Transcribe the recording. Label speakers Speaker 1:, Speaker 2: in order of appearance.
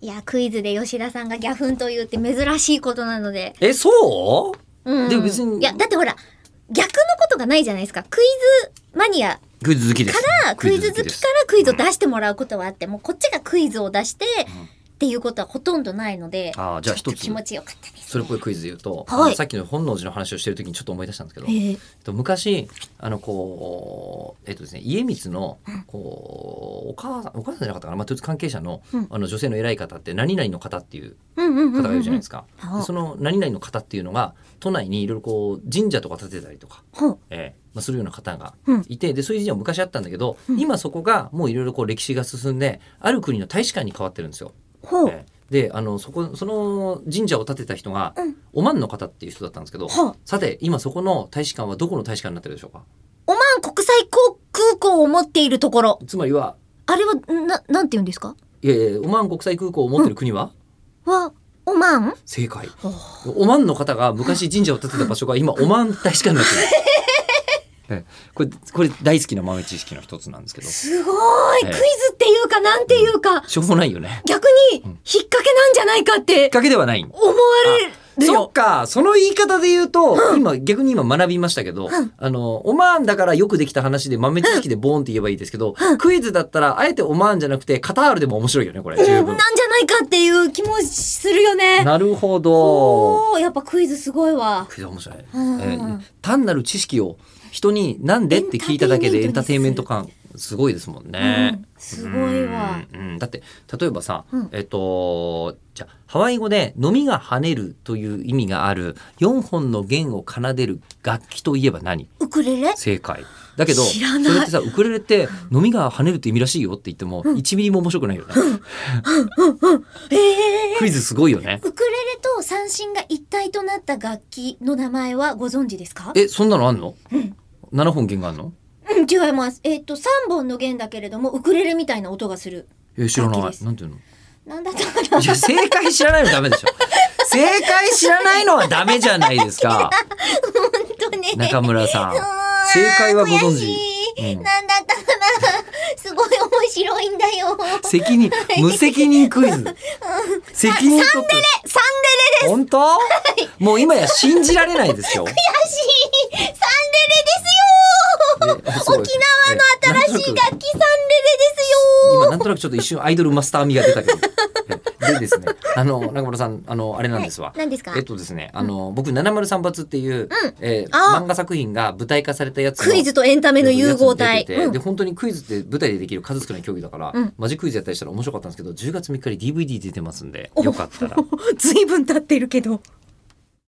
Speaker 1: いや、クイズで吉田さんがギャフンと言うって珍しいことなので。
Speaker 2: え、そう
Speaker 1: うん。
Speaker 2: でも別に
Speaker 1: いや、だってほら、逆のことがないじゃないですか。クイズマニア
Speaker 2: クイズ好きです。
Speaker 1: から、クイズ好
Speaker 2: で
Speaker 1: き
Speaker 2: す
Speaker 1: からクイズを出してもらうことはあって、もうこっちがクイズを出して、っていうことはほとんどないので、
Speaker 2: あーじゃあ
Speaker 1: ちょっと
Speaker 2: 一つ
Speaker 1: 気持ちよかったです。
Speaker 2: それっぽいクイズ言うと、
Speaker 1: はい
Speaker 2: あのさっきの本能寺の話をしてる時にちょっと思い出したんですけど、え
Speaker 1: え
Speaker 2: っ
Speaker 1: え
Speaker 2: と、昔あのこうえっとですね家光のこうお母さんお母さんじゃなかったかな、まあ、関係者の,、
Speaker 1: うん
Speaker 2: あの女性の偉い方って何々の方っていう
Speaker 1: うんうんうんうん。
Speaker 2: 方がいるじゃないですか、
Speaker 1: はい
Speaker 2: でその何々の方っていうのが都内にいろいろこう神社とか建てたりとか、
Speaker 1: ほう
Speaker 2: えーまあ、するような方が
Speaker 1: うん
Speaker 2: いて、でそういう時は昔あったんだけど、
Speaker 1: うん
Speaker 2: 今そこがもういろいろこう歴史が進んである国の大使館に変わってるんですよ。
Speaker 1: ほう。
Speaker 2: えーであのそこその神社を建てた人が、
Speaker 1: うん
Speaker 2: オマンの方っていう人だったんですけど、
Speaker 1: はあ
Speaker 2: さて今そこの大使館はどこの大使館になってるでしょうか
Speaker 1: オマーン国際航空港を持っているところ。
Speaker 2: つまりは
Speaker 1: あれは、な、なんて言うんですか
Speaker 2: いやいやオマン国際空港を持ってる国は、
Speaker 1: は、オマーン
Speaker 2: 正解
Speaker 1: ほう
Speaker 2: オマンの方が昔神社を建てた場所が今オマン大使館になってるえーこれこれ大好きな豆知識の一つなんですけど
Speaker 1: すごい
Speaker 2: え
Speaker 1: ク
Speaker 2: え
Speaker 1: イズっていうか、なんていうか、
Speaker 2: しょうもないよね
Speaker 1: 逆に、引っ掛けなんじゃないかっ、
Speaker 2: きってかけではない
Speaker 1: 思われる
Speaker 2: そっ
Speaker 1: よ。
Speaker 2: かその言い方で言うと、今逆に今学びましたけど、あのオマーンだからよくできた話で豆知識でボーンって言えばいいですけど、クイズだったらあえてオマーンじゃなくてカタールでも面白いよねこれ
Speaker 1: う
Speaker 2: 十
Speaker 1: んな
Speaker 2: 分
Speaker 1: ん、じゃないかっていう気もするよね。
Speaker 2: なるほど
Speaker 1: おー、やっぱクイズすごいわ。
Speaker 2: クイズ面白い、
Speaker 1: うん
Speaker 2: えー単なる知識を人になんでって聞いただけでエ
Speaker 1: エ
Speaker 2: ン
Speaker 1: ン
Speaker 2: タ
Speaker 1: タ
Speaker 2: ー
Speaker 1: ー
Speaker 2: テ
Speaker 1: テ
Speaker 2: イ
Speaker 1: イ
Speaker 2: ン
Speaker 1: ン
Speaker 2: メ
Speaker 1: メ
Speaker 2: ン
Speaker 1: ン
Speaker 2: ト
Speaker 1: ト
Speaker 2: 感すごいですもんね、
Speaker 1: うんすごいわ。
Speaker 2: うんうんだって例えばさ、
Speaker 1: うん
Speaker 2: えっとじゃあハワイ語で「飲みが跳ねる」という意味がある4本の弦を奏でる楽器といえば何
Speaker 1: ウクレレ
Speaker 2: 正解だけど
Speaker 1: 知らない
Speaker 2: それってさウクレレって「飲みが跳ねる」って意味らしいよって言っても1ミリも面白くないよ ね、
Speaker 1: ええ
Speaker 2: クイズすごいよね
Speaker 1: ウクレレと三振が一体となった楽器の名前はご存知ですか
Speaker 2: えそんなのあんの、7本弦があんの
Speaker 1: うん、違います。えっ、と、三本の弦だけれども、ウクレレみたいな音がする。
Speaker 2: え知らない
Speaker 1: 楽器です
Speaker 2: なんていうの
Speaker 1: なんだったかな
Speaker 2: いや正解知らないのダメでしょ正解知らないのはダメじゃないですか
Speaker 1: 本当ね。
Speaker 2: 中 村さん
Speaker 1: うわー
Speaker 2: 正解はご存
Speaker 1: 悔しい
Speaker 2: うん
Speaker 1: なんだったかな すごい面白いん だよ。
Speaker 2: 責任無責任クイズ責任取って
Speaker 1: サ
Speaker 2: 本当、もう今や信じられないですよ
Speaker 1: ンレレです。サンレレですよ
Speaker 2: そう
Speaker 1: 沖
Speaker 2: です
Speaker 1: 縄の新しい楽器サンレレですよ
Speaker 2: 今なんとなくちょっと一瞬アイドルマスター味が出たけどえでですねあの中村さんあのあれなんですわ、
Speaker 1: 何ですか
Speaker 2: えっとですねあの僕703発っていう、えー
Speaker 1: あー
Speaker 2: 漫画作品が舞台化されたやつの
Speaker 1: クイズとエンタメの融合
Speaker 2: や
Speaker 1: 体。
Speaker 2: つに出てて
Speaker 1: うん
Speaker 2: で本当にクイズって舞台でできる数少ない競技だから、
Speaker 1: うん
Speaker 2: マジクイズやったりしたら面白かったんですけど10月3日に DVD 出てますんで
Speaker 1: お
Speaker 2: よかったら
Speaker 1: ずいぶん経ってるけど。